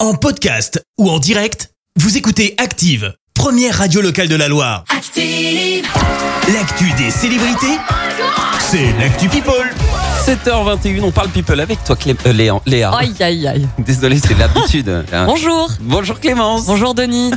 En podcast ou en direct, vous écoutez Active, première radio locale de la Loire. Active, L'actu des célébrités, c'est l'actu People. 7h21, on parle people avec toi Clé- euh, Léa. Léa. Aïe, aïe, aïe. Désolé, c'est l'habitude. hein. Bonjour. Bonjour Clémence. Bonjour, Denis.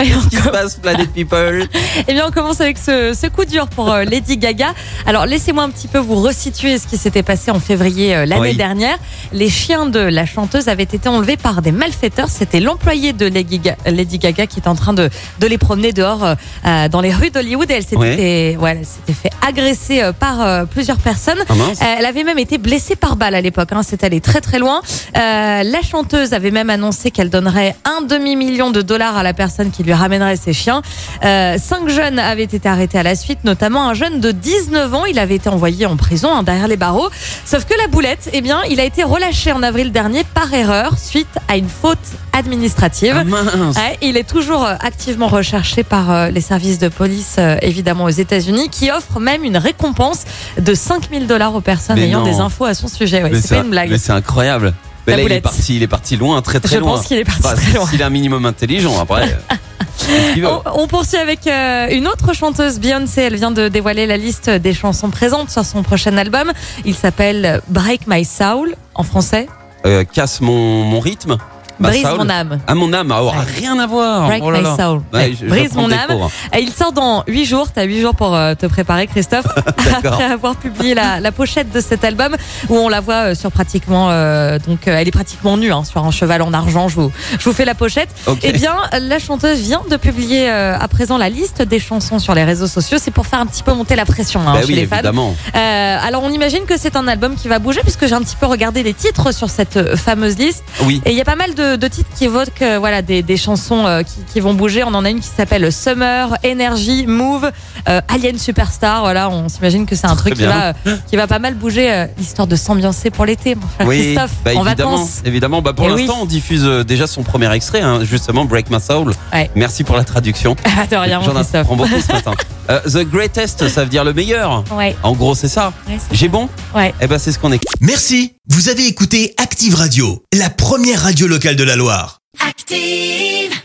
Et on Qu'est-ce qui se passe Planète People Eh bien, on commence avec ce, ce coup dur pour euh, Lady Gaga. Alors, laissez-moi un petit peu vous resituer ce qui s'était passé en février euh, l'année Oui. dernière. Les chiens de la chanteuse avaient été enlevés par des malfaiteurs. C'était l'employé de Lady Ga- Lady Gaga qui était en train de, de les promener dehors euh, euh, dans les rues d'Hollywood. Et elle s'était Ouais. fait, ouais, elle s'était fait agresser euh, par euh, plusieurs personnes. Ah mince. Euh, Elle avait même été blessée par balle à l'époque. Hein. C'est allé très très loin. Euh, la chanteuse avait même annoncé qu'elle donnerait un demi-million de dollars à la personne qui lui ramènerait ses chiens. Euh, cinq jeunes avaient été arrêtés à la suite, notamment un jeune de 19 ans. Il avait été envoyé en prison hein, derrière les barreaux. Sauf que la boulette, eh bien, il a été relâché en avril dernier par erreur suite à une faute administrative. Ah mince. Ouais, il est toujours euh, activement recherché par euh, les services de police, euh, évidemment aux États-Unis, qui offrent même une récompense de 5000 dollars aux personnes Mais ayant non. des infos à son sujet. Ouais, Mais c'est pas une blague. mais c'est incroyable. Mais La là, il est, boulette. parti, il est parti loin, très très Je loin. pense qu'il est parti Enfin, très loin. Oh. S'il est un minimum intelligent, après. euh, c'est ce qu'il veut. On, on poursuit avec euh, une autre chanteuse, Beyoncé. Elle vient de dévoiler la liste des chansons présentes sur son prochain album. Il s'appelle Break My Soul en français. Euh, casse mon, mon rythme. Ma Brise soul. mon âme. Ah, mon âme, ah, oh, Ouais. rien à voir. Break Oh là My là. Soul. Ouais, Ouais, je- je Brise prends mon des âme. cours. Et il sort dans 8 jours. T'as 8 jours pour euh, te préparer, Christophe. D'accord. après avoir publié la, la pochette de cet album où on la voit euh, sur pratiquement. euh, donc, euh, elle est pratiquement nue hein, sur un cheval en argent. Je vous, je vous fais la pochette. Ok. Eh bien, la chanteuse vient de publier euh, à présent la liste des chansons sur les réseaux sociaux. C'est pour faire un petit peu monter la pression hein, Bah chez oui, les fans. évidemment. Euh, alors, on imagine que c'est un album qui va bouger puisque j'ai un petit peu regardé les titres sur cette euh, fameuse liste. Oui. Et il y a pas mal de, de titres qui évoquent euh, voilà, des, des chansons euh, qui, qui vont bouger. On en a une qui s'appelle Summer, Energy, Move, euh, Alien Superstar. Voilà, on s'imagine que c'est un truc qui bien. va, euh, qui va pas mal bouger, euh, histoire de s'ambiancer pour l'été, mon cher Oui, Christophe, bah, en évidemment, vacances. évidemment. Bah, pour Eh l'instant, on diffuse euh, déjà son premier extrait, hein, justement Break My Soul. Ouais. Merci pour la traduction. Ah, de rien, mon J'en Christophe. apprends beaucoup ce matin. Euh, the greatest, ça veut dire le meilleur. Ouais, En gros, c'est ça. ouais, c'est- J'ai bon ouais. Eh ben, c'est ce qu'on écoute. Merci, vous avez écouté Active Radio, la première radio locale de la Loire. active.